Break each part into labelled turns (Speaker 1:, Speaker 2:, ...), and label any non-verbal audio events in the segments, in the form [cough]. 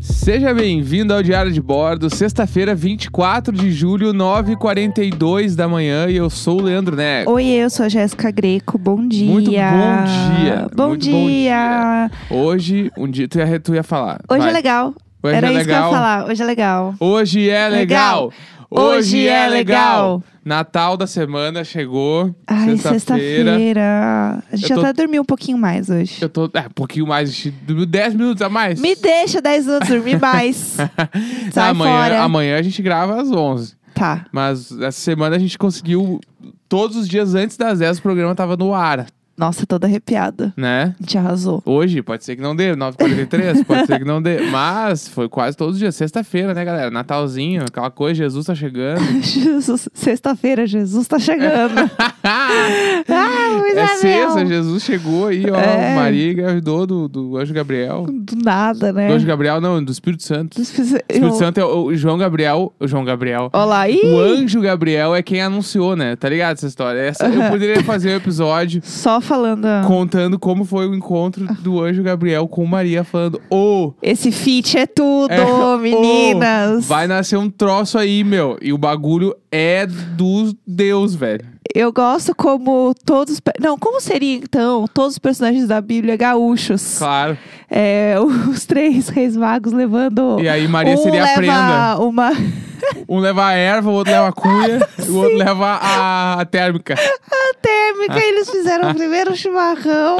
Speaker 1: Seja bem-vindo ao Diário de Bordo, sexta-feira, 24 de julho, 9h42 da manhã, e eu sou o Leandro Neco.
Speaker 2: Oi, eu sou a Jéssica Greco. Bom dia.
Speaker 1: Muito bom dia.
Speaker 2: Bom
Speaker 1: Muito
Speaker 2: dia.
Speaker 1: bom dia. Hoje, um dia, tu ia, tu ia falar.
Speaker 2: Hoje
Speaker 1: Vai.
Speaker 2: é legal.
Speaker 1: Hoje
Speaker 2: Era
Speaker 1: é
Speaker 2: isso que eu
Speaker 1: legal.
Speaker 2: ia falar. Hoje é legal.
Speaker 1: Hoje é legal.
Speaker 2: Legal. Hoje é legal.
Speaker 1: Natal da semana chegou,
Speaker 2: Ai,
Speaker 1: sexta-feira.
Speaker 2: sexta-feira. a gente
Speaker 1: Eu tô-
Speaker 2: até dormiu um pouquinho mais hoje.
Speaker 1: eu tô é, um pouquinho mais, de- 10 minutos a mais.
Speaker 2: Me deixa 10
Speaker 1: [laughs]
Speaker 2: anos dormir mais. Sai
Speaker 1: amanhã,
Speaker 2: fora.
Speaker 1: amanhã a gente grava às 11.
Speaker 2: Tá.
Speaker 1: Mas essa semana a gente conseguiu. Todos os dias antes das 10 o programa tava no ar,
Speaker 2: Nossa, toda arrepiada.
Speaker 1: né?
Speaker 2: A gente arrasou. [laughs]
Speaker 1: Hoje, pode ser que não dê, 9h43, pode ser que não dê. Mas foi quase todos os dias. Sexta-feira, né, galera? Natalzinho, aquela coisa, Jesus tá chegando.
Speaker 2: Jesus, sexta-feira, Jesus tá
Speaker 1: [laughs]
Speaker 2: chegando. [laughs] ah, Luiz
Speaker 1: é
Speaker 2: Abel.
Speaker 1: sexta, Jesus chegou aí, ó.
Speaker 2: É.
Speaker 1: Maria engravidou do, do anjo Gabriel.
Speaker 2: Do nada, né?
Speaker 1: Do anjo Gabriel, não, do Espírito Santo. O Espírito
Speaker 2: Eu...
Speaker 1: Santo Um é o, o João Gabriel. O João Gabriel.
Speaker 2: Olha lá. Ih,
Speaker 1: O anjo Gabriel é quem anunciou, né? Tá ligado essa história? Essa, Eu
Speaker 2: Aham.
Speaker 1: poderia fazer um
Speaker 2: [laughs]
Speaker 1: episódio
Speaker 2: só falando. a-
Speaker 1: contando como foi o encontro do anjo Gabriel com Maria, falando: Ô,
Speaker 2: Esse feat é tudo,
Speaker 1: É, ô,
Speaker 2: meninas.
Speaker 1: vai nascer um troço aí, meu. E o bagulho é dos Deus, velho.
Speaker 2: Eu gosto como todos. Não, como seria então todos os personagens da Bíblia gaúchos?
Speaker 1: Claro.
Speaker 2: É, [laughs] os três reis magos levando.
Speaker 1: E aí Maria
Speaker 2: um
Speaker 1: seria a
Speaker 2: leva
Speaker 1: prenda.
Speaker 2: Uma... [laughs]
Speaker 1: Um leva a erva, o outro leva a cuia, e o outro leva a, a térmica.
Speaker 2: Térmica,
Speaker 1: [laughs]
Speaker 2: eles fizeram o primeiro chimarrão.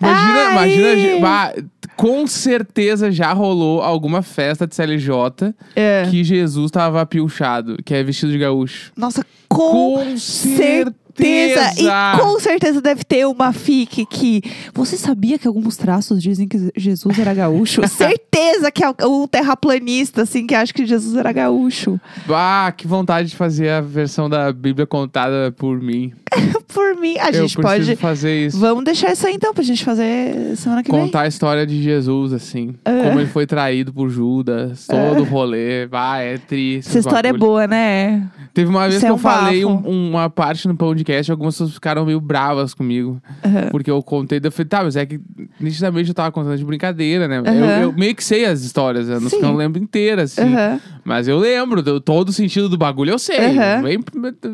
Speaker 1: Imagina,
Speaker 2: Ai!
Speaker 1: imagina. ge- bah, com certeza já rolou alguma festa de CLJ
Speaker 2: É.
Speaker 1: que Jesus tava pilchado, que é vestido de gaúcho.
Speaker 2: Nossa, com,
Speaker 1: Com certeza.
Speaker 2: E com certeza deve ter uma fic que. Você sabia que alguns traços dizem que Jesus
Speaker 1: [laughs]
Speaker 2: era gaúcho? certeza que é um terraplanista, assim, que acha que Jesus era gaúcho.
Speaker 1: [laughs] Bah, que vontade de fazer a versão da Bíblia contada por mim.
Speaker 2: Por mim, a
Speaker 1: Eu
Speaker 2: gente
Speaker 1: preciso
Speaker 2: pode.
Speaker 1: fazer isso.
Speaker 2: Vamos deixar isso aí então pra gente fazer semana que vem. Ah.
Speaker 1: Contar a história de Jesus, assim. Como ele foi traído por Judas, todo o rolê. Bah, é triste. esse
Speaker 2: Essa história é
Speaker 1: bagulho.
Speaker 2: boa, né?
Speaker 1: Teve uma vez
Speaker 2: Isso
Speaker 1: que
Speaker 2: é
Speaker 1: eu
Speaker 2: um
Speaker 1: falei
Speaker 2: bafo.
Speaker 1: um- uma parte no podcast, algumas pessoas ficaram meio bravas comigo. Porque eu contei, daí eu falei, tá, mas é que nitidamente eu tava contando de brincadeira, né? Eu,
Speaker 2: Aham.
Speaker 1: eu meio que sei as histórias, eu não,
Speaker 2: Sim.
Speaker 1: não lembro inteiras, assim.
Speaker 2: Aham.
Speaker 1: Mas eu lembro, do- todo o sentido do bagulho eu sei.
Speaker 2: Aham.
Speaker 1: Vem,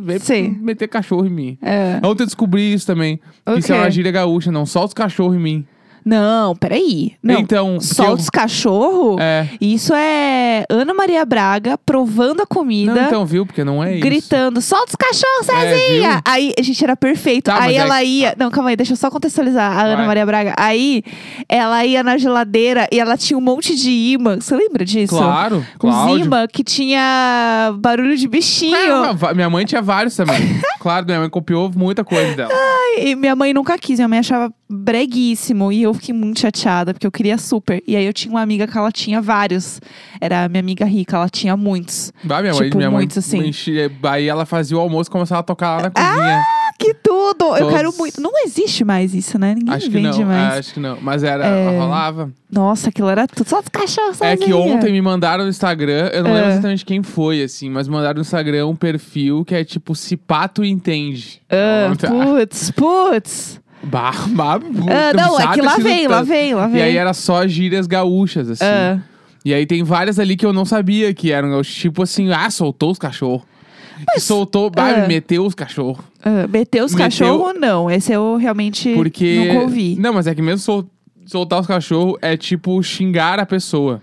Speaker 1: vem
Speaker 2: Sim.
Speaker 1: meter cachorro em mim.
Speaker 2: É.
Speaker 1: Ontem eu descobri isso também. Que isso é
Speaker 2: Ok.
Speaker 1: uma gíria gaúcha, não solta os cachorros em mim.
Speaker 2: Não, peraí. Não.
Speaker 1: Então, porque
Speaker 2: Solta
Speaker 1: eu-
Speaker 2: os cachorro?
Speaker 1: É.
Speaker 2: Isso é Ana Maria Braga provando a comida.
Speaker 1: Não, então, viu? Porque não é isso.
Speaker 2: Gritando, solta os cachorros,
Speaker 1: É,
Speaker 2: Cezinha!
Speaker 1: viu?
Speaker 2: aí, gente, era perfeito.
Speaker 1: Tá, mas
Speaker 2: aí
Speaker 1: é
Speaker 2: ela ia. Não, calma aí, deixa eu só contextualizar a Ana
Speaker 1: Vai.
Speaker 2: Maria Braga. Aí ela ia na geladeira e ela tinha um monte de imã. Você lembra disso?
Speaker 1: Claro,
Speaker 2: Os
Speaker 1: Cláudio.
Speaker 2: imã que tinha barulho de bichinho.
Speaker 1: Ah, va- minha mãe tinha vários também. [laughs] claro, minha mãe copiou muita coisa dela.
Speaker 2: E minha mãe nunca quis, minha mãe achava breguíssimo. E eu fiquei muito chateada, porque eu queria super. E aí eu tinha uma amiga que ela tinha vários. Era a minha amiga rica, ela tinha muitos.
Speaker 1: Bah, minha mãe,
Speaker 2: Tipo,
Speaker 1: minha mãe
Speaker 2: muitos, assim.
Speaker 1: enchia- aí ela fazia o almoço e começava a tocar lá na cozinha.
Speaker 2: Ah, que tudo! Eu
Speaker 1: Todos.
Speaker 2: quero muito. Não existe mais isso, né? Ninguém
Speaker 1: acho que
Speaker 2: vende
Speaker 1: não, é,
Speaker 2: mais.
Speaker 1: acho que não. Mas era,
Speaker 2: É.
Speaker 1: rolava.
Speaker 2: Nossa, aquilo era tudo. Só os cachorros.
Speaker 1: É que
Speaker 2: sozinha.
Speaker 1: ontem me mandaram no Instagram, eu não lembro
Speaker 2: É.
Speaker 1: exatamente quem foi, assim, mas mandaram no Instagram um perfil que é tipo se pato entende.
Speaker 2: Ah,
Speaker 1: Então, tá.
Speaker 2: putz, putz.
Speaker 1: [laughs] Bah, bah,
Speaker 2: Ah,
Speaker 1: tu
Speaker 2: não,
Speaker 1: sabe
Speaker 2: é
Speaker 1: tá-
Speaker 2: que lá
Speaker 1: esse
Speaker 2: vem, lá
Speaker 1: tanto.
Speaker 2: vem, lá vem.
Speaker 1: E aí assim, era só gírias gaúchas, assim.
Speaker 2: Ah.
Speaker 1: E aí tem várias ali que eu não sabia que eram gaúchas. Tipo assim, ah, soltou os cachorros. Que soltou, bah,
Speaker 2: é.
Speaker 1: meteu os cachorros.
Speaker 2: Ah, meteu os
Speaker 1: Meteu-
Speaker 2: cachorros, não. Esse eu realmente
Speaker 1: Porque.
Speaker 2: É, nunca ouvi.
Speaker 1: Não, mas é que mesmo sol- soltar os cachorros é tipo xingar a pessoa.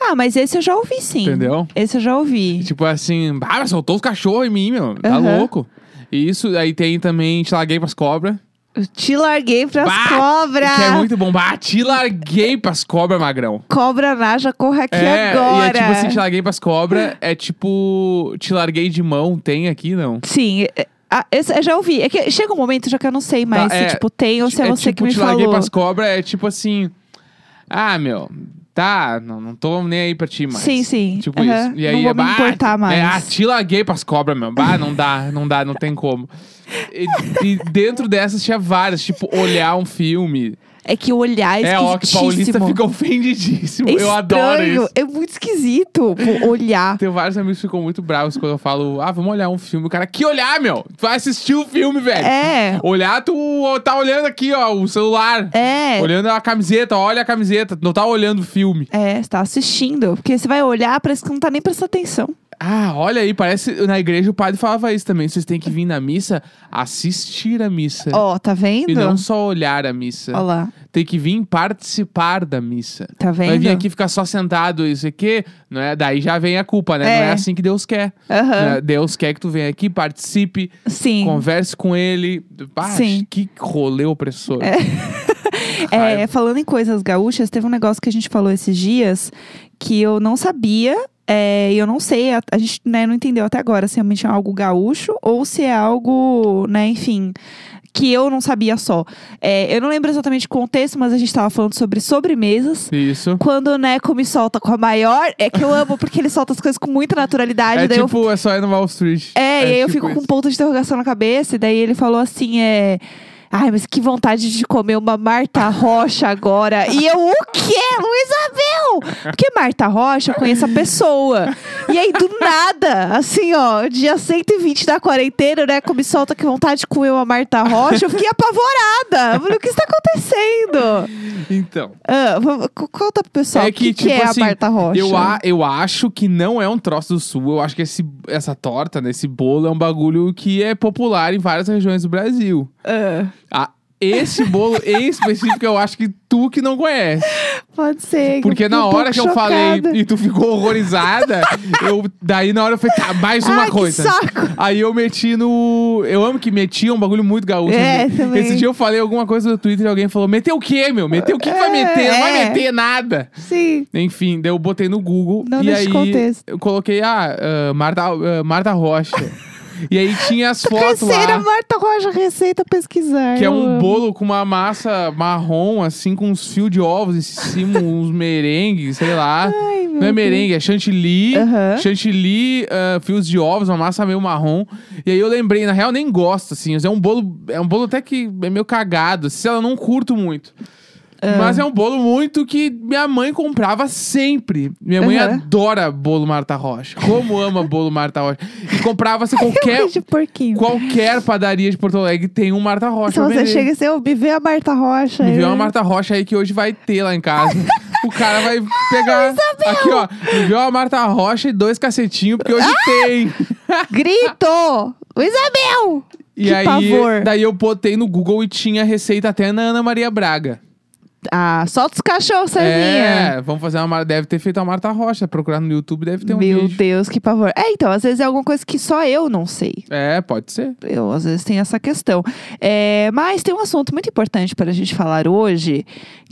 Speaker 2: Ah, mas esse eu já ouvi sim.
Speaker 1: Entendeu?
Speaker 2: Esse eu já ouvi.
Speaker 1: Tipo assim, ah, mas soltou os cachorros em mim, meu. Tá
Speaker 2: Aham.
Speaker 1: louco. E isso, aí tem também te larguei pras cobras.
Speaker 2: Eu Te larguei pras
Speaker 1: Bah!
Speaker 2: cobras.
Speaker 1: Que é muito bom. Bah, te larguei pras cobras, magrão.
Speaker 2: Cobra Naja, corre aqui
Speaker 1: é,
Speaker 2: agora.
Speaker 1: e é tipo assim, te larguei pras cobras. É tipo, te larguei de mão. Tem aqui, não?
Speaker 2: Sim, é- é- ah, esse eu já ouvi. É que chega um momento já que eu não sei mais
Speaker 1: Tá,
Speaker 2: se
Speaker 1: é,
Speaker 2: tipo tem ou se é,
Speaker 1: é
Speaker 2: você
Speaker 1: tipo,
Speaker 2: que me
Speaker 1: te larguei
Speaker 2: falou.
Speaker 1: pras cobras. É tipo assim, ah, meu, tá, não, não tô nem aí pra ti mais.
Speaker 2: Sim, sim.
Speaker 1: Tipo
Speaker 2: Aham.
Speaker 1: isso. E aí
Speaker 2: não
Speaker 1: é,
Speaker 2: vou me
Speaker 1: bah,
Speaker 2: importar mais.
Speaker 1: É, ah, te larguei pras cobras, meu. Bah, não dá, não dá, não tem como. E, e dentro dessas tinha várias, tipo, olhar um filme.
Speaker 2: É que o olhar é
Speaker 1: É, ó, que paulista
Speaker 2: esquisitíssimo.
Speaker 1: fica ofendidíssimo.
Speaker 2: É
Speaker 1: Eu adoro
Speaker 2: estranho,
Speaker 1: isso.
Speaker 2: É muito esquisito pô,
Speaker 1: [laughs]
Speaker 2: olhar.
Speaker 1: Tem vários amigos que ficam muito bravos quando eu falo, ah, vamos olhar um filme. O cara, que olhar, meu? Tu vai assistir o filme, velho.
Speaker 2: É,
Speaker 1: Olhar, tu tá olhando aqui, ó, o celular.
Speaker 2: é.
Speaker 1: Olhando a camiseta, olha a camiseta. Tu Não tá olhando o filme.
Speaker 2: É, você tá assistindo. Porque você vai olhar, parece que não tá nem prestando atenção.
Speaker 1: Ah, olha aí, parece. Na igreja o padre falava isso também. Vocês têm que vir na missa assistir a missa.
Speaker 2: Ó, tá vendo?
Speaker 1: É. E não só olhar a missa.
Speaker 2: Ó lá,
Speaker 1: Tem que vir participar da missa.
Speaker 2: tá vendo?
Speaker 1: Vai vir aqui ficar só sentado, isso aqui, não é? Daí já vem a culpa, né?
Speaker 2: É.
Speaker 1: Não é assim que Deus quer.
Speaker 2: Aham.
Speaker 1: né? Deus quer que tu venha aqui, participe,
Speaker 2: Sim.
Speaker 1: converse É. com ele. Bah,
Speaker 2: Sim.
Speaker 1: Que rolê opressor. É.
Speaker 2: É, falando em coisas gaúchas, teve um negócio que a gente falou esses dias que eu não sabia. é, e eu não sei, a, a gente né, não entendeu até agora se realmente é algo gaúcho ou se é algo, né, enfim, que eu não sabia só. É, eu não lembro exatamente o contexto, mas a gente tava falando sobre sobremesas.
Speaker 1: Isso.
Speaker 2: Quando o Neco me solta com a maior, é que eu amo, porque ele solta as coisas com muita naturalidade.
Speaker 1: é
Speaker 2: daí eu
Speaker 1: tipo, é só ir no Wall Street.
Speaker 2: é, e aí eu
Speaker 1: tipo
Speaker 2: fico com um
Speaker 1: isso.
Speaker 2: ponto de interrogação na cabeça, e daí ele falou assim, é. Ai, mas que vontade de comer uma Marta Rocha agora. E eu, o quê, Luísa Abel? Porque Marta Rocha, eu conheço a pessoa. E aí, do nada, assim, ó, dia 120 da quarentena, né? Como me solta que vontade de comer uma Marta Rocha, eu fiquei apavorada. Eu Falei, o que está acontecendo?
Speaker 1: Então.
Speaker 2: Ah, v- c- conta pro pessoal o
Speaker 1: é
Speaker 2: que,
Speaker 1: que,
Speaker 2: que
Speaker 1: tipo
Speaker 2: é
Speaker 1: assim,
Speaker 2: a Marta Rocha.
Speaker 1: Eu, a, eu acho que não é um troço do sul. Eu acho que esse, essa torta, né, esse bolo é um bagulho que é popular em várias regiões do Brasil.
Speaker 2: Ah,
Speaker 1: Ah, esse
Speaker 2: [laughs]
Speaker 1: bolo em específico, eu acho que tu que não conhece.
Speaker 2: pode ser.
Speaker 1: Porque
Speaker 2: eu
Speaker 1: na
Speaker 2: fiquei um
Speaker 1: hora
Speaker 2: pouco
Speaker 1: que eu falei
Speaker 2: chocada.
Speaker 1: e tu ficou horrorizada, eu, daí na hora eu falei, tá, mais uma
Speaker 2: Ai,
Speaker 1: coisa.
Speaker 2: Que saco.
Speaker 1: Aí eu meti no. Eu amo que meti, é um bagulho muito gaúcho.
Speaker 2: É,
Speaker 1: Esse
Speaker 2: também.
Speaker 1: dia eu falei alguma coisa no Twitter e alguém falou: meteu o quê, meu? Meteu o que, que vai
Speaker 2: É,
Speaker 1: meter? Não vai
Speaker 2: é.
Speaker 1: meter nada.
Speaker 2: Sim.
Speaker 1: Enfim, daí eu botei no Google
Speaker 2: Não
Speaker 1: e
Speaker 2: nesse
Speaker 1: aí
Speaker 2: contexto.
Speaker 1: eu coloquei, ah, ah, Marta, ah, Marta Rocha. e aí tinha as fotos
Speaker 2: Terceira
Speaker 1: lá.
Speaker 2: Marta Rocha Receita Pesquisar.
Speaker 1: Que é
Speaker 2: eu
Speaker 1: um
Speaker 2: amo.
Speaker 1: bolo com uma massa marrom, assim, com uns fios de ovos em
Speaker 2: [laughs]
Speaker 1: cima, uns merengues, sei lá.
Speaker 2: Ai, meu
Speaker 1: Não é
Speaker 2: Deus.
Speaker 1: merengue, é chantilly.
Speaker 2: Aham.
Speaker 1: Chantilly, ah, fios de ovos, uma massa meio marrom. E aí eu lembrei, na real, nem gosto, assim. mas É um bolo, é um bolo até que é meio cagado. Se ela não curto muito.
Speaker 2: Ah.
Speaker 1: Mas é um bolo muito que minha mãe comprava sempre. Minha mãe
Speaker 2: Aham.
Speaker 1: adora bolo Marta Rocha. Como ama bolo Marta Rocha. E
Speaker 2: [laughs]
Speaker 1: comprava-se qualquer,
Speaker 2: Queijo de porquinho.
Speaker 1: qualquer padaria de Porto Alegre tem um Marta Rocha.
Speaker 2: Se
Speaker 1: pra
Speaker 2: você
Speaker 1: vender.
Speaker 2: chega né? e assim, "Ô, me vê a Marta Rocha.
Speaker 1: Me viu
Speaker 2: eu-
Speaker 1: uma Marta Rocha aí que hoje vai ter lá em casa. O cara vai pegar. Aqui, ó. Me viu uma Marta Rocha e dois cacetinhos, porque
Speaker 2: Ah!
Speaker 1: hoje tem.
Speaker 2: Grito! Isabel!
Speaker 1: E
Speaker 2: que
Speaker 1: aí,
Speaker 2: pavor.
Speaker 1: daí eu botei no Google e tinha receita até na Ana Maria Braga.
Speaker 2: Ah, solta os cachorros, Serginha.
Speaker 1: É, vamos fazer uma. Mar- Deve ter feito a Marta Rocha. Procurar no YouTube deve ter um
Speaker 2: Meu
Speaker 1: vídeo.
Speaker 2: Deus, que pavor. É, então, às vezes é alguma coisa que só eu não sei.
Speaker 1: É, pode ser.
Speaker 2: Eu, às vezes, tenho essa questão. É, mas tem um assunto muito importante para a gente falar hoje,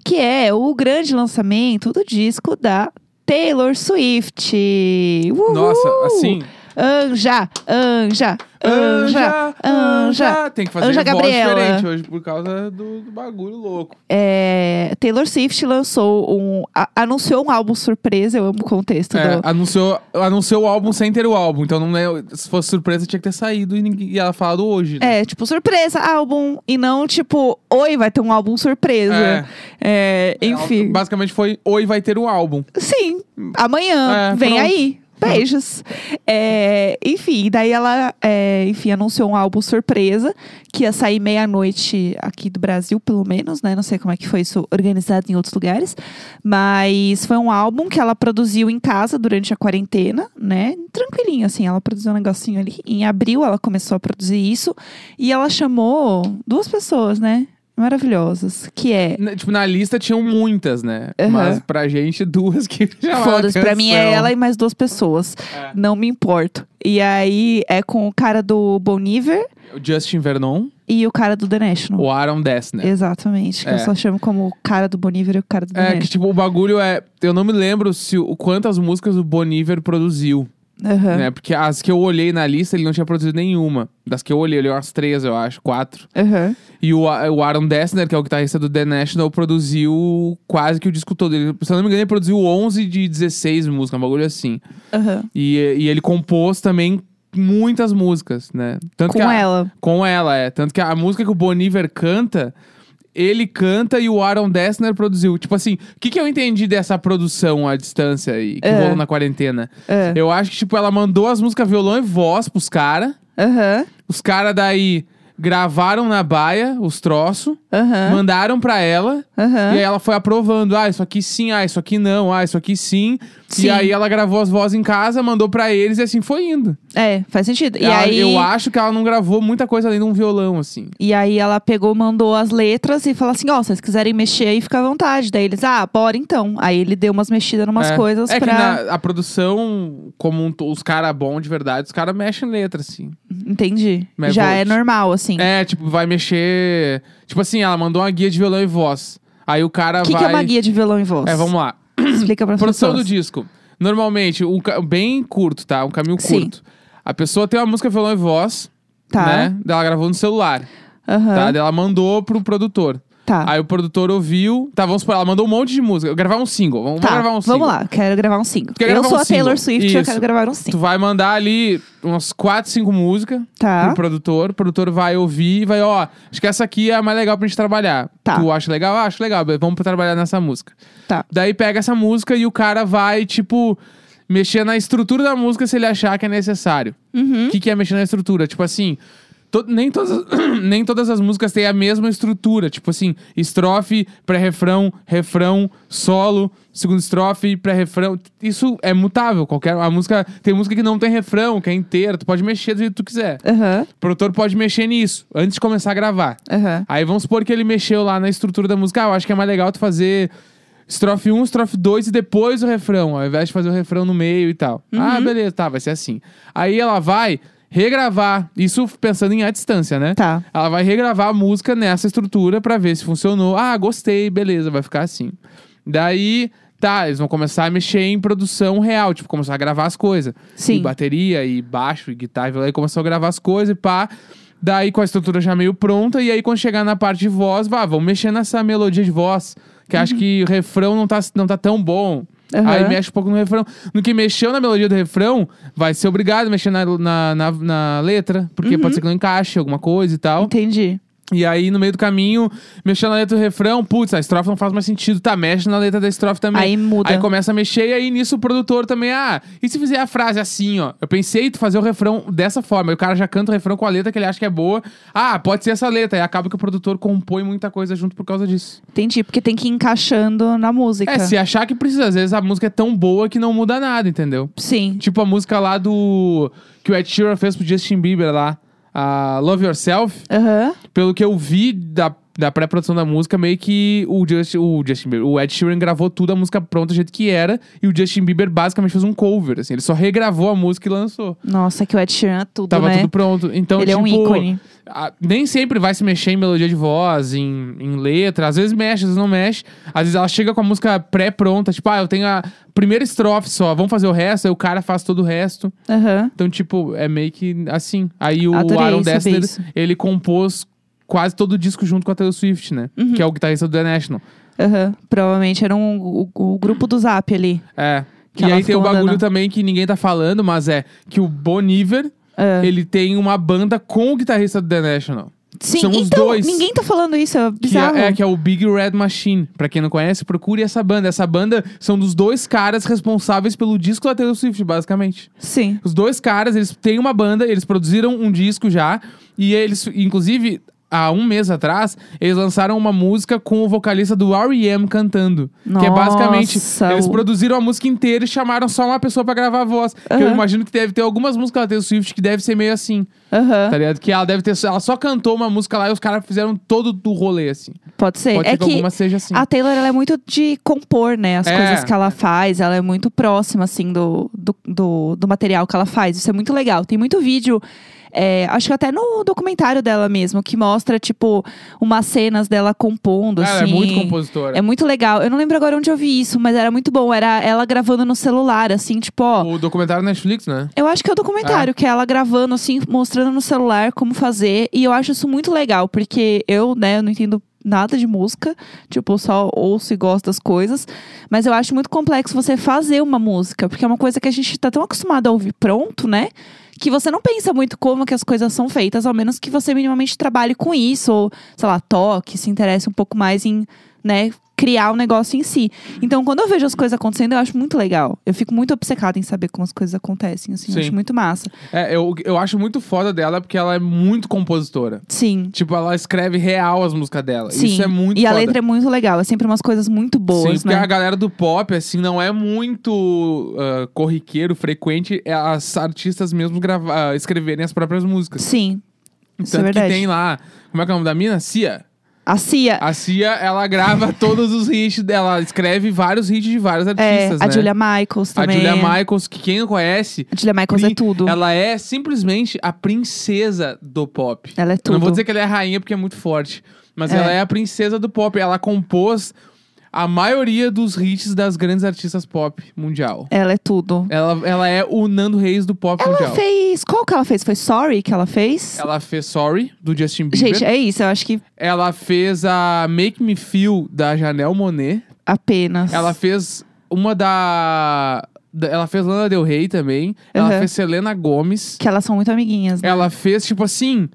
Speaker 2: que é o grande lançamento do disco da Taylor Swift. Uhul!
Speaker 1: Nossa, assim.
Speaker 2: Anja, anja, anja, anja.
Speaker 1: Tem que fazer
Speaker 2: Anja
Speaker 1: voz
Speaker 2: Gabriela.
Speaker 1: diferente hoje por causa do, do bagulho louco.
Speaker 2: É, Taylor Swift lançou um. a- anunciou um álbum surpresa, eu amo o contexto.
Speaker 1: É,
Speaker 2: do-
Speaker 1: anunciou, anunciou o álbum sem ter o álbum. Então, não é, se fosse surpresa, tinha que ter saído e, ninguém, e ela falado hoje. né?
Speaker 2: É, tipo, surpresa, álbum. E não, tipo, oi, vai ter um álbum surpresa. É, enfim.
Speaker 1: Ela basicamente foi: Oi, vai ter um álbum.
Speaker 2: Sim, amanhã,
Speaker 1: É,
Speaker 2: vem
Speaker 1: pronto.
Speaker 2: aí. Beijos. É, enfim, daí ela é, enfim, anunciou um álbum surpresa que ia sair meia-noite aqui do Brasil, pelo menos, né? Não sei como é que foi isso organizado em outros lugares. Mas foi um álbum que ela produziu em casa durante a quarentena, né? Tranquilinho, assim, ela produziu um negocinho ali. Em abril ela começou a produzir isso e ela chamou duas pessoas, né? Maravilhosas, que é
Speaker 1: Na- tipo, na lista tinham muitas, né?
Speaker 2: Aham.
Speaker 1: Mas pra gente, duas que [laughs] chamaram.
Speaker 2: Foda-se, pra mim é
Speaker 1: atenção.
Speaker 2: ela e mais duas pessoas.
Speaker 1: É.
Speaker 2: Não me importo. E aí é com o cara do Boniver
Speaker 1: O Justin Vernon,
Speaker 2: e o cara do The National.
Speaker 1: o Aaron Dessner.
Speaker 2: Exatamente. Que eu
Speaker 1: É.
Speaker 2: só chamo como o cara do Boniver e o cara do The
Speaker 1: É, que
Speaker 2: National.
Speaker 1: tipo, o bagulho é. Eu não me lembro se o quantas músicas o Boniver produziu,
Speaker 2: Aham.
Speaker 1: né? Porque as que eu olhei na lista, ele não tinha produzido nenhuma. Das que eu olhei, ele olhei umas três, eu acho, quatro.
Speaker 2: Aham.
Speaker 1: E o, A- o Aaron Dessner, que é o guitarrista do The National, produziu quase que o disco todo. Ele, se eu não me engano, ele produziu 11 de 16 músicas, um bagulho assim.
Speaker 2: Aham.
Speaker 1: E, e ele compôs também muitas músicas, né? Tanto que
Speaker 2: Com
Speaker 1: a-
Speaker 2: ela.
Speaker 1: Com ela, é. Tanto que a música que o Boniver canta ele canta e o Aaron Dessner produziu. Tipo assim, o que, que eu entendi dessa produção à distância e que
Speaker 2: É.
Speaker 1: rolou na quarentena?
Speaker 2: É.
Speaker 1: Eu acho que, tipo, ela mandou as músicas violão e voz pros caras.
Speaker 2: Aham,
Speaker 1: Os caras daí gravaram na baia os troços,
Speaker 2: aham,
Speaker 1: mandaram pra ela. E aí
Speaker 2: aham.
Speaker 1: ela foi aprovando, ah, isso aqui sim, ah, isso aqui não, ah, isso aqui sim.
Speaker 2: Sim.
Speaker 1: E aí ela gravou as vozes em casa, mandou pra eles e assim foi indo.
Speaker 2: É, faz sentido. E
Speaker 1: Ela-
Speaker 2: aí,
Speaker 1: Ah, Eu acho que ela não gravou muita coisa além de um violão, assim.
Speaker 2: e aí ela pegou, mandou as letras e falou assim, ó, se vocês quiserem mexer aí, fica à vontade. Daí eles, ah, bora então. Aí ele deu umas mexidas numas
Speaker 1: é.
Speaker 2: coisas
Speaker 1: é
Speaker 2: pra...
Speaker 1: que na, a produção, como um to- os caras bons de verdade, os caras mexem letra, assim.
Speaker 2: Entendi.
Speaker 1: Mas
Speaker 2: Já
Speaker 1: vou-
Speaker 2: é normal, assim.
Speaker 1: É, tipo, vai mexer. Tipo assim, ela mandou uma guia de violão e voz. Aí o cara
Speaker 2: O que,
Speaker 1: vai.
Speaker 2: que é uma guia de violão e voz?
Speaker 1: É, vamos lá.
Speaker 2: Explica pra
Speaker 1: Produção do
Speaker 2: pessoas.
Speaker 1: disco. Normalmente, um ca- bem curto, tá? Um caminho
Speaker 2: Sim.
Speaker 1: curto. A pessoa tem uma música violão e voz,
Speaker 2: Tá.
Speaker 1: né? Daí Ela gravou no celular,
Speaker 2: Aham.
Speaker 1: tá? Daí Ela mandou pro produtor.
Speaker 2: Tá.
Speaker 1: Aí o produtor ouviu. Tá, vamos supor, ela mandou um monte de música. Eu gravar um single. Vamos,
Speaker 2: Tá,
Speaker 1: vamos gravar um single.
Speaker 2: Vamos lá, quero gravar um single.
Speaker 1: Quer
Speaker 2: eu
Speaker 1: gravar
Speaker 2: sou
Speaker 1: um
Speaker 2: a Taylor
Speaker 1: single.
Speaker 2: Swift, eu
Speaker 1: Isso.
Speaker 2: quero gravar um single.
Speaker 1: Tu vai mandar ali umas 4, 5 músicas
Speaker 2: Tá.
Speaker 1: pro produtor. O produtor vai ouvir e vai, ó, acho que essa aqui é a mais legal pra gente trabalhar.
Speaker 2: Tá.
Speaker 1: Tu acha legal? Ah, acho legal. Vamos trabalhar nessa música.
Speaker 2: Tá.
Speaker 1: Daí pega essa música e o cara vai, tipo, mexer na estrutura da música se ele achar que é necessário. O que, que é mexer na estrutura? Tipo assim. to- nem, todas, nem todas as [clears throat] músicas têm a mesma estrutura. Tipo assim, estrofe, pré-refrão, refrão, solo, segunda estrofe, pré-refrão. Isso é mutável. Qualquer, a música, tem música que não tem refrão, que é inteira. Tu pode mexer do jeito que tu quiser.
Speaker 2: Aham,
Speaker 1: O produtor pode mexer nisso antes de começar a gravar.
Speaker 2: aham.
Speaker 1: Aí vamos supor que ele mexeu lá na estrutura da música. Ah, eu acho que é mais legal tu fazer estrofe 1, estrofe 2 e depois o refrão, ao invés de fazer o refrão no meio e tal. Ah, beleza, tá, vai ser assim. Aí ela vai regravar, isso pensando em a distância, né?
Speaker 2: Tá.
Speaker 1: Ela vai regravar a música nessa estrutura pra ver se funcionou. Ah, gostei, beleza, vai ficar assim. Daí, tá, eles vão começar a mexer em produção real, tipo, começar a gravar as coisas.
Speaker 2: Sim.
Speaker 1: E bateria, e baixo, e guitarra, e violão, e começou a gravar as coisas e pá. Daí com a estrutura já meio pronta, e aí quando chegar na parte de voz, vá, vamos mexer nessa melodia de voz. Que acho que o refrão não tá, não tá tão bom.
Speaker 2: Uhum. Aham.
Speaker 1: Aí mexe um pouco no refrão. No que mexeu na melodia do refrão, vai ser obrigado a mexer na, na, na- na letra, porque
Speaker 2: Uhum.
Speaker 1: pode ser que não encaixe alguma coisa e tal.
Speaker 2: Entendi.
Speaker 1: E aí, no meio do caminho, mexendo na letra do refrão, putz, a estrofe não faz mais sentido. Tá, mexe na letra da estrofe também.
Speaker 2: Aí muda.
Speaker 1: Aí começa a mexer, e aí nisso o produtor também, ah, e se fizer a frase assim, ó? Eu pensei em tu fazer o refrão dessa forma. E o cara já canta o refrão com a letra que ele acha que é boa. Ah, pode ser essa letra. E acaba que o produtor compõe muita coisa junto por causa disso.
Speaker 2: Entendi, porque tem que ir encaixando na música.
Speaker 1: É, se achar que precisa. Às vezes a música é tão boa que não muda nada, entendeu?
Speaker 2: Sim.
Speaker 1: Tipo a música lá do. que o Ed Sheeran fez pro Justin Bieber lá. A Love Yourself
Speaker 2: Aham.
Speaker 1: pelo que eu vi da, da pré-produção da música, meio que o, Just, o Justin Bieber, o Ed Sheeran gravou tudo a música pronta do jeito que era, e o Justin Bieber basicamente fez um cover, assim, ele só regravou a música e lançou.
Speaker 2: Nossa, que o Ed Sheeran é tudo,
Speaker 1: Tava
Speaker 2: né?
Speaker 1: tudo pronto. Então,
Speaker 2: Ele é um
Speaker 1: tipo,
Speaker 2: ícone.
Speaker 1: a- nem sempre vai se mexer em melodia de voz, em, em letra. Às vezes mexe, às vezes não mexe. Às vezes ela chega com a música pré-pronta, tipo, ah, eu tenho a primeira estrofe só, vamos fazer o resto, aí o cara faz todo o resto.
Speaker 2: Aham.
Speaker 1: Então, tipo, é meio que assim. Aí o
Speaker 2: Adorei
Speaker 1: Aaron
Speaker 2: saber
Speaker 1: Dessner,
Speaker 2: isso.
Speaker 1: ele compôs quase todo o disco junto com a Taylor Swift, né?
Speaker 2: Uhum.
Speaker 1: Que é o guitarrista do The National.
Speaker 2: Aham. Provavelmente era um, o, o grupo do Zap ali.
Speaker 1: É.
Speaker 2: Que
Speaker 1: e
Speaker 2: ela né,
Speaker 1: aí tem
Speaker 2: ficou
Speaker 1: o bagulho
Speaker 2: mandando.
Speaker 1: também que ninguém tá falando, mas é que o Bon Iver,
Speaker 2: É.
Speaker 1: ele tem uma banda com o guitarrista do The National.
Speaker 2: Sim,
Speaker 1: São os
Speaker 2: então,
Speaker 1: dois.
Speaker 2: ninguém tá falando isso, é
Speaker 1: Que
Speaker 2: bizarro.
Speaker 1: é, é, que é o Big Red Machine. Pra quem não conhece, procure essa banda. Essa banda são dos dois caras responsáveis pelo disco da Taylor Swift, basicamente.
Speaker 2: Sim.
Speaker 1: Os dois caras, eles têm uma banda, eles produziram um disco já. E eles, inclusive, há um mês atrás, eles lançaram uma música com o vocalista do R.E.M. cantando. Que é basicamente,
Speaker 2: Nossa,
Speaker 1: eles
Speaker 2: o-
Speaker 1: produziram a música inteira e chamaram só uma pessoa pra gravar a voz. Que eu
Speaker 2: Aham.
Speaker 1: imagino que deve ter algumas músicas da Taylor Swift que deve ser meio assim,
Speaker 2: Aham.
Speaker 1: tá ligado? Que ela deve ter, ela só cantou uma música lá e os caras fizeram todo o rolê, assim.
Speaker 2: Pode ser.
Speaker 1: Pode
Speaker 2: é
Speaker 1: ser que, alguma seja assim.
Speaker 2: A Taylor, ela é muito de compor, né? As
Speaker 1: É.
Speaker 2: coisas que ela faz. Ela é muito próxima, assim, do, do, do, do material que ela faz. Isso é muito legal. Tem muito vídeo, é, acho que até no documentário dela mesmo, que mostra, tipo, umas cenas dela compondo,
Speaker 1: ela
Speaker 2: assim.
Speaker 1: é muito compositora.
Speaker 2: É muito legal. Eu não lembro agora onde eu vi isso, mas era muito bom. Era ela gravando no celular, assim, tipo, ó.
Speaker 1: O documentário Netflix, né?
Speaker 2: Eu acho que é o documentário, que é ela gravando, assim, mostrando no celular como fazer. E eu acho isso muito legal, porque eu, né, eu não entendo nada de música. Tipo, eu só ouço e gosto das coisas. Mas eu acho muito complexo você fazer uma música, porque é uma coisa que a gente tá tão acostumado a ouvir pronto, né? que você não pensa muito como que as coisas são feitas, ao menos que você minimamente trabalhe com isso, ou, sei lá, toque, se interesse um pouco mais em, né, criar o negócio em si. Então, quando eu vejo as coisas acontecendo, eu acho muito legal. Eu fico muito obcecada em saber como as coisas acontecem, assim, eu
Speaker 1: Sim.
Speaker 2: acho muito massa.
Speaker 1: É, eu, eu acho muito foda dela porque ela é muito compositora.
Speaker 2: Sim.
Speaker 1: Tipo, ela escreve real as músicas dela.
Speaker 2: Sim.
Speaker 1: Isso é muito
Speaker 2: E
Speaker 1: foda.
Speaker 2: a letra é muito legal, é sempre umas coisas muito boas,
Speaker 1: Sim, porque
Speaker 2: né?
Speaker 1: a galera do pop, assim, não é muito ah, corriqueiro, frequente, é as artistas mesmo grava- ah, escreverem as próprias músicas.
Speaker 2: Sim. Isso é
Speaker 1: Tanto que
Speaker 2: verdade.
Speaker 1: tem lá, como é que é o nome da mina? Cia.
Speaker 2: A Cia,
Speaker 1: A Cia, ela
Speaker 2: [laughs]
Speaker 1: grava todos os hits dela, ela escreve vários hits de vários
Speaker 2: é,
Speaker 1: artistas,
Speaker 2: a
Speaker 1: né?
Speaker 2: Julia Michaels
Speaker 1: a
Speaker 2: também. é.
Speaker 1: Julia Michaels, que quem não conhece,
Speaker 2: A Julia Michaels é
Speaker 1: Pri-
Speaker 2: tudo.
Speaker 1: ela
Speaker 2: Ela,
Speaker 1: é simplesmente a princesa do pop.
Speaker 2: é tudo.
Speaker 1: Não vou dizer que ela é a rainha porque é muito forte, mas
Speaker 2: É.
Speaker 1: ela é a princesa do pop. Ela compôs a maioria dos hits das grandes artistas pop mundial.
Speaker 2: Ela é tudo.
Speaker 1: Ela, ela é o Nando Reis do pop
Speaker 2: Ela
Speaker 1: mundial.
Speaker 2: fez. Qual que ela fez? Foi Sorry que ela fez?
Speaker 1: Ela fez Sorry, do Justin Bieber.
Speaker 2: Gente, é isso. Eu acho que
Speaker 1: Ela fez a Make Me Feel, da Janelle Monet.
Speaker 2: apenas.
Speaker 1: Ela fez uma da. da- Ela fez Lana Del Rey também. Ela
Speaker 2: Uhum.
Speaker 1: fez Selena Gomes.
Speaker 2: Que elas são muito amiguinhas, né?
Speaker 1: Ela fez, tipo assim.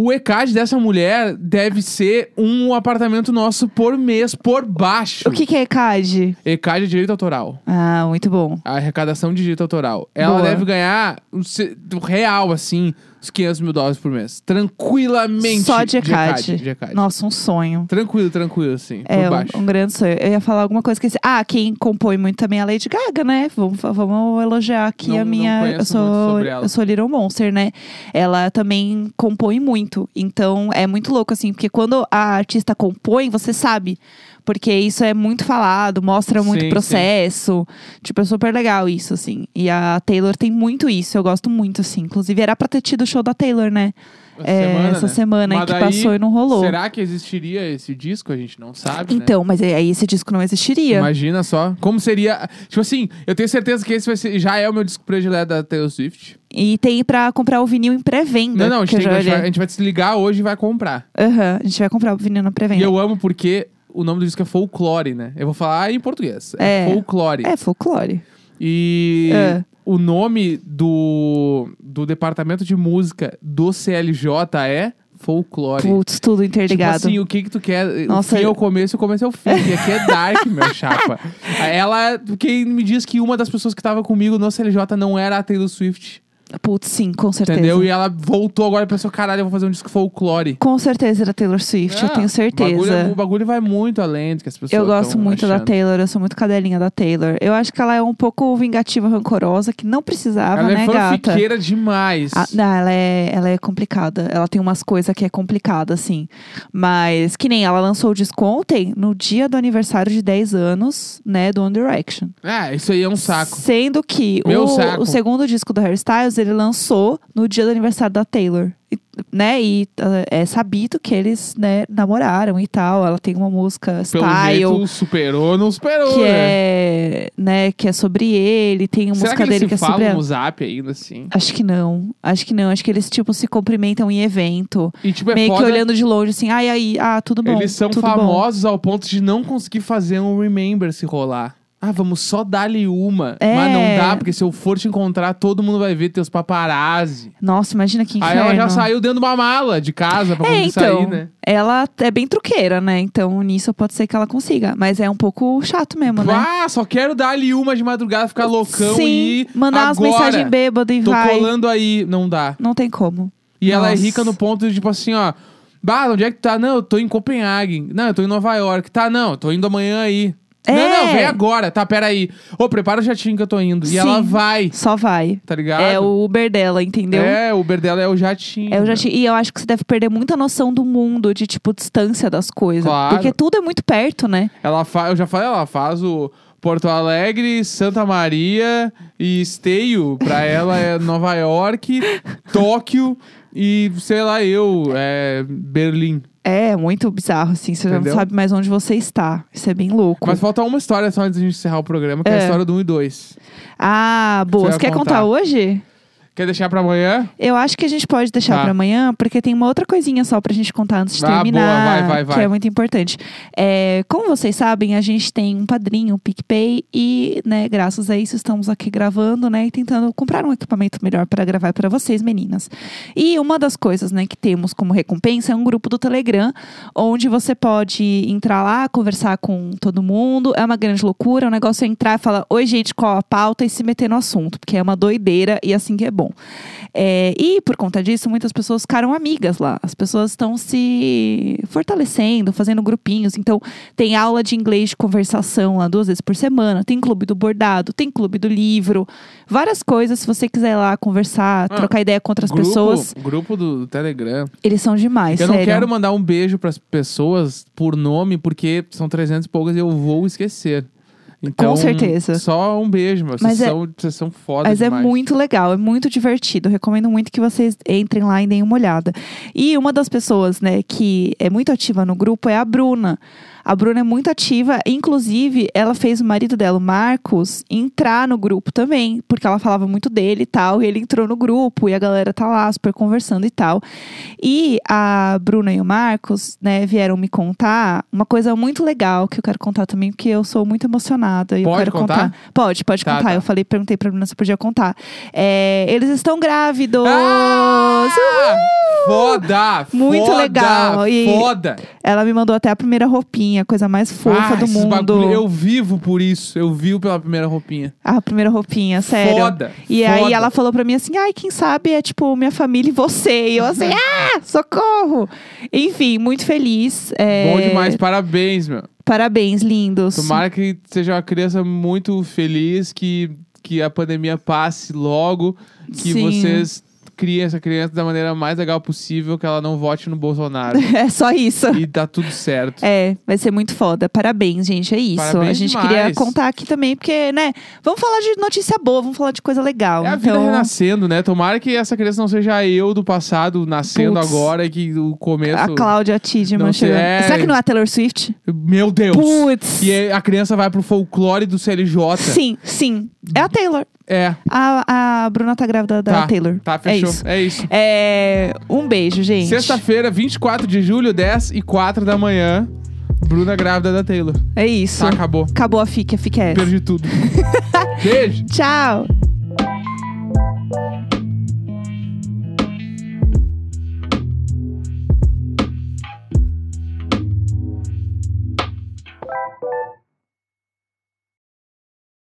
Speaker 1: O ECAD dessa mulher deve ser um apartamento nosso por mês, por baixo.
Speaker 2: O que, que é ECAD?
Speaker 1: ECAD é direito autoral.
Speaker 2: Ah, muito bom.
Speaker 1: A arrecadação de direito autoral. Ela
Speaker 2: Boa.
Speaker 1: deve ganhar um se- um real, assim, uns 500 mil dólares por mês. Tranquilamente.
Speaker 2: Só de ECAD.
Speaker 1: de ECAD.
Speaker 2: Nossa, um sonho.
Speaker 1: Tranquilo, tranquilo, assim.
Speaker 2: É
Speaker 1: por
Speaker 2: um,
Speaker 1: baixo.
Speaker 2: um grande sonho. Eu ia falar alguma coisa que. Ah, quem compõe muito também é a Lady Gaga, né? Vamos, fa- vamos elogiar aqui
Speaker 1: Não-
Speaker 2: a
Speaker 1: não
Speaker 2: minha.
Speaker 1: conheço
Speaker 2: eu
Speaker 1: muito
Speaker 2: sou
Speaker 1: sobre ela.
Speaker 2: eu sou Little Monster, né? Ela também compõe muito. Então é muito louco, assim, porque quando a artista compõe, você sabe. Porque isso é muito falado, mostra muito
Speaker 1: Sim,
Speaker 2: processo. Tipo, é super legal isso, assim. E a Taylor tem muito isso, eu gosto muito, assim. Inclusive, era pra ter tido o show da Taylor, né?
Speaker 1: Essa
Speaker 2: É,
Speaker 1: semana,
Speaker 2: essa
Speaker 1: né?
Speaker 2: semana aí
Speaker 1: Mas
Speaker 2: que
Speaker 1: daí,
Speaker 2: passou e não rolou.
Speaker 1: Será que existiria esse disco? A gente não sabe, né?
Speaker 2: Então, mas aí esse disco não existiria.
Speaker 1: Imagina só. Como seria. Tipo assim, eu tenho certeza que esse vai ser, já é o meu disco predileto da Taylor Swift.
Speaker 2: E tem pra comprar o vinil em
Speaker 1: Não,
Speaker 2: pré-venda.
Speaker 1: não, a
Speaker 2: que
Speaker 1: gente, tem-
Speaker 2: eu já
Speaker 1: a gente vai, a
Speaker 2: olhei.
Speaker 1: gente vai desligar hoje e vai comprar.
Speaker 2: Aham, a gente vai comprar o vinil na
Speaker 1: E
Speaker 2: pré-venda.
Speaker 1: eu amo porque o nome do disco é Folklore, né? Eu vou falar em português. É,
Speaker 2: É.
Speaker 1: Folklore.
Speaker 2: É folclore.
Speaker 1: E
Speaker 2: É.
Speaker 1: o nome do, do departamento de música do CLJ é Folklore.
Speaker 2: Putz, tudo
Speaker 1: Tipo
Speaker 2: interligado.
Speaker 1: assim, o que que tu quer?
Speaker 2: Nossa,
Speaker 1: o fim é
Speaker 2: eu-
Speaker 1: o começo e o começo é o fim. E aqui é dark,
Speaker 2: [laughs]
Speaker 1: meu chapa. Ela, quem me diz que uma das pessoas que tava comigo no CLJ não era a Taylor Swift,
Speaker 2: Putz, sim, com certeza.
Speaker 1: entendeu? E ela voltou agora e pensou, caralho, eu vou fazer um disco folclore.
Speaker 2: Com certeza era Taylor Swift, eu
Speaker 1: Ah,
Speaker 2: tenho
Speaker 1: O bagulho, é- o
Speaker 2: certeza.
Speaker 1: bagulho vai muito além do que as pessoas
Speaker 2: Eu gosto
Speaker 1: tão
Speaker 2: muito da
Speaker 1: achando.
Speaker 2: Taylor, eu sou muito cadelinha da Taylor. Eu acho que ela é um pouco vingativa, rancorosa, que não precisava,
Speaker 1: Ela
Speaker 2: né,
Speaker 1: é
Speaker 2: gata?
Speaker 1: fanfiqueira demais.
Speaker 2: Ah, não, ela é, ela é complicada. Ela tem umas coisas que é complicada, assim. Mas, que nem ela lançou o disco ontem, no dia do aniversário de 10 anos, né, do One Direction.
Speaker 1: É, isso aí é um saco.
Speaker 2: Sendo que
Speaker 1: Meu
Speaker 2: o,
Speaker 1: saco.
Speaker 2: o segundo disco do Harry Styles, ele lançou no dia do aniversário da Taylor. E, né? E ah, é sabido que eles né, namoraram e tal. Ela tem uma música
Speaker 1: Pelo
Speaker 2: Style,
Speaker 1: jeito, superou, não superou,
Speaker 2: que
Speaker 1: né?
Speaker 2: é, né, que é sobre ele. Tem uma
Speaker 1: Será
Speaker 2: música
Speaker 1: que eles se
Speaker 2: dele que é sobre
Speaker 1: falam
Speaker 2: ela.
Speaker 1: no zap ainda, assim?
Speaker 2: Acho que não. Acho que não. Acho que eles, tipo, se cumprimentam em evento.
Speaker 1: E tipo, é
Speaker 2: meio
Speaker 1: foda...
Speaker 2: que olhando de longe, assim, ai, ai, ah, tudo bom.
Speaker 1: Eles são
Speaker 2: tudo bom."
Speaker 1: famosos ao ponto de não conseguir fazer um remember se rolar. Ah, vamos só dar-lhe uma.
Speaker 2: É.
Speaker 1: Mas não dá, porque se eu for te encontrar, todo mundo vai ver teus paparazzi.
Speaker 2: Nossa, imagina que
Speaker 1: Aí
Speaker 2: inferno.
Speaker 1: ela já saiu dentro de uma mala de casa pra
Speaker 2: É,
Speaker 1: conseguir
Speaker 2: então.
Speaker 1: sair, né?
Speaker 2: Ela é bem truqueira, né? Então nisso pode ser que ela consiga. Mas é um pouco chato mesmo, né?
Speaker 1: Ah, só quero dar-lhe uma de madrugada, ficar loucão
Speaker 2: Sim,
Speaker 1: e.
Speaker 2: mandar umas
Speaker 1: agora,
Speaker 2: mensagens bêbadas e
Speaker 1: Tô
Speaker 2: vai.
Speaker 1: colando aí. Não dá.
Speaker 2: Não tem como.
Speaker 1: E ela é
Speaker 2: Nossa.
Speaker 1: rica no ponto de, tipo assim, ó. Bah, onde é que tu tá? Não, eu tô em Copenhague. Não, eu tô em Nova York. Tá, não, eu tô indo amanhã aí.
Speaker 2: É.
Speaker 1: Não, não, vem agora. Tá, peraí. Ô, prepara o jatinho que eu tô indo. E
Speaker 2: Sim.
Speaker 1: ela vai,
Speaker 2: Só vai.
Speaker 1: tá ligado?
Speaker 2: É o Uber dela, entendeu?
Speaker 1: É, o Uber dela é o jatinho.
Speaker 2: É, eu já te- E eu acho que você deve perder muita noção do mundo, de tipo, distância das coisas.
Speaker 1: Claro.
Speaker 2: Porque tudo é muito perto, né?
Speaker 1: Ela fa... Eu já falei, ela faz o Porto Alegre, Santa Maria e Esteio.
Speaker 2: [laughs]
Speaker 1: Pra ela é Nova York, Tóquio e, sei lá, eu, é Berlim.
Speaker 2: É muito bizarro, assim. Você já
Speaker 1: Entendeu?
Speaker 2: não sabe mais onde você está. Isso é bem louco.
Speaker 1: Mas falta uma história só antes da gente encerrar o programa, que é, a
Speaker 2: É.
Speaker 1: história do 1 e 2.
Speaker 2: Ah, boa.
Speaker 1: Você
Speaker 2: Você
Speaker 1: vai
Speaker 2: quer contar
Speaker 1: contar.
Speaker 2: hoje?
Speaker 1: Quer deixar pra amanhã?
Speaker 2: Eu acho que a gente pode deixar
Speaker 1: Tá.
Speaker 2: pra amanhã, porque tem uma outra coisinha só pra gente contar antes de
Speaker 1: Ah, boa.
Speaker 2: terminar.
Speaker 1: Vai, vai, vai.
Speaker 2: Que é muito importante. É, como vocês sabem, a gente tem um padrinho, o PicPay, e, né, graças a isso, estamos aqui gravando, né, e tentando comprar um equipamento melhor pra gravar pra vocês, meninas. E uma das coisas, né, que temos como recompensa é um grupo do Telegram, onde você pode entrar lá, conversar com todo mundo. É uma grande loucura. O negócio é entrar e falar: Oi, gente, qual a pauta? E se meter no assunto, porque é uma doideira e assim que é bom. É, e por conta disso, muitas pessoas ficaram amigas lá. As pessoas estão se fortalecendo, fazendo grupinhos. Então, tem aula de inglês de conversação lá duas vezes por semana. Tem clube do bordado, tem clube do livro. Várias coisas. Se você quiser ir lá conversar,
Speaker 1: Ah,
Speaker 2: trocar ideia com outras
Speaker 1: grupo,
Speaker 2: pessoas,
Speaker 1: Grupo do Telegram.
Speaker 2: eles são demais.
Speaker 1: eu
Speaker 2: sério.
Speaker 1: não quero mandar um beijo pras pessoas por nome, porque são 300 e poucas e eu vou esquecer. Então,
Speaker 2: Com certeza.
Speaker 1: Só um beijo, meu.
Speaker 2: Mas
Speaker 1: Vocês,
Speaker 2: é-
Speaker 1: são, vocês são foda
Speaker 2: Mas
Speaker 1: demais.
Speaker 2: é muito legal, é muito divertido. Recomendo muito que vocês entrem lá e deem uma olhada. E uma das pessoas, né, que é muito ativa no grupo é a Bruna. A Bruna é muito ativa, inclusive ela fez o marido dela, o Marcos, entrar no grupo também, porque ela falava muito dele e tal, e ele entrou no grupo e a galera tá lá super conversando e tal. E a Bruna e o Marcos, né, vieram me contar uma coisa muito legal que eu quero contar também, porque eu sou muito emocionada e eu
Speaker 1: Pode
Speaker 2: quero
Speaker 1: contar?
Speaker 2: Pode, pode
Speaker 1: Tá,
Speaker 2: contar.
Speaker 1: tá.
Speaker 2: Eu falei, perguntei pra Bruna se podia contar. É, eles estão grávidos!
Speaker 1: Ah! Foda!
Speaker 2: Muito
Speaker 1: foda,
Speaker 2: legal, e-
Speaker 1: Foda!
Speaker 2: Ela me mandou até a primeira roupinha, a coisa mais fofa
Speaker 1: Ah,
Speaker 2: do
Speaker 1: esses
Speaker 2: mundo.
Speaker 1: bagulho- eu vivo por isso. Eu vivo pela primeira roupinha.
Speaker 2: A primeira roupinha, sério.
Speaker 1: Foda!
Speaker 2: E aí
Speaker 1: foda.
Speaker 2: ela falou pra mim assim, ai, quem sabe é tipo minha família e você. E
Speaker 1: [laughs]
Speaker 2: eu assim, ah, socorro! Enfim, muito feliz. é,
Speaker 1: Bom demais, parabéns, meu.
Speaker 2: Parabéns, lindos.
Speaker 1: Tomara que seja uma criança muito feliz, que, que a pandemia passe logo, que
Speaker 2: Sim.
Speaker 1: vocês criem essa criança da maneira mais legal possível, que ela não vote no
Speaker 2: [laughs]
Speaker 1: Bolsonaro.
Speaker 2: [laughs] É só isso.
Speaker 1: e dá tudo certo.
Speaker 2: É, vai ser muito foda. Parabéns, gente. É isso.
Speaker 1: Parabéns
Speaker 2: a gente
Speaker 1: demais.
Speaker 2: queria contar aqui também, porque, né? Vamos falar de notícia boa, vamos falar de coisa legal.
Speaker 1: É a vida
Speaker 2: então,
Speaker 1: renascendo, né? Tomara que essa criança não seja eu do passado nascendo
Speaker 2: Putz.
Speaker 1: agora e que o começo.
Speaker 2: a Cláudia Tidman
Speaker 1: Não sei,
Speaker 2: chegou.
Speaker 1: é.
Speaker 2: Será que não é a Taylor Swift?
Speaker 1: Meu Deus!
Speaker 2: Putz!
Speaker 1: E é aí a criança vai pro folclore do CLJ.
Speaker 2: Sim, sim. É a Taylor.
Speaker 1: É.
Speaker 2: A, a Bruna tá grávida da
Speaker 1: tá.
Speaker 2: Taylor.
Speaker 1: Tá, fechou.
Speaker 2: É isso.
Speaker 1: É isso.
Speaker 2: É, um beijo, gente.
Speaker 1: Sexta-feira, 24 de julho, 10 e 4 da manhã. Bruna grávida da Taylor.
Speaker 2: É isso.
Speaker 1: Tá, acabou.
Speaker 2: Acabou a fique, a fique é essa.
Speaker 1: Perdi tudo. Beijo!
Speaker 2: Tchau.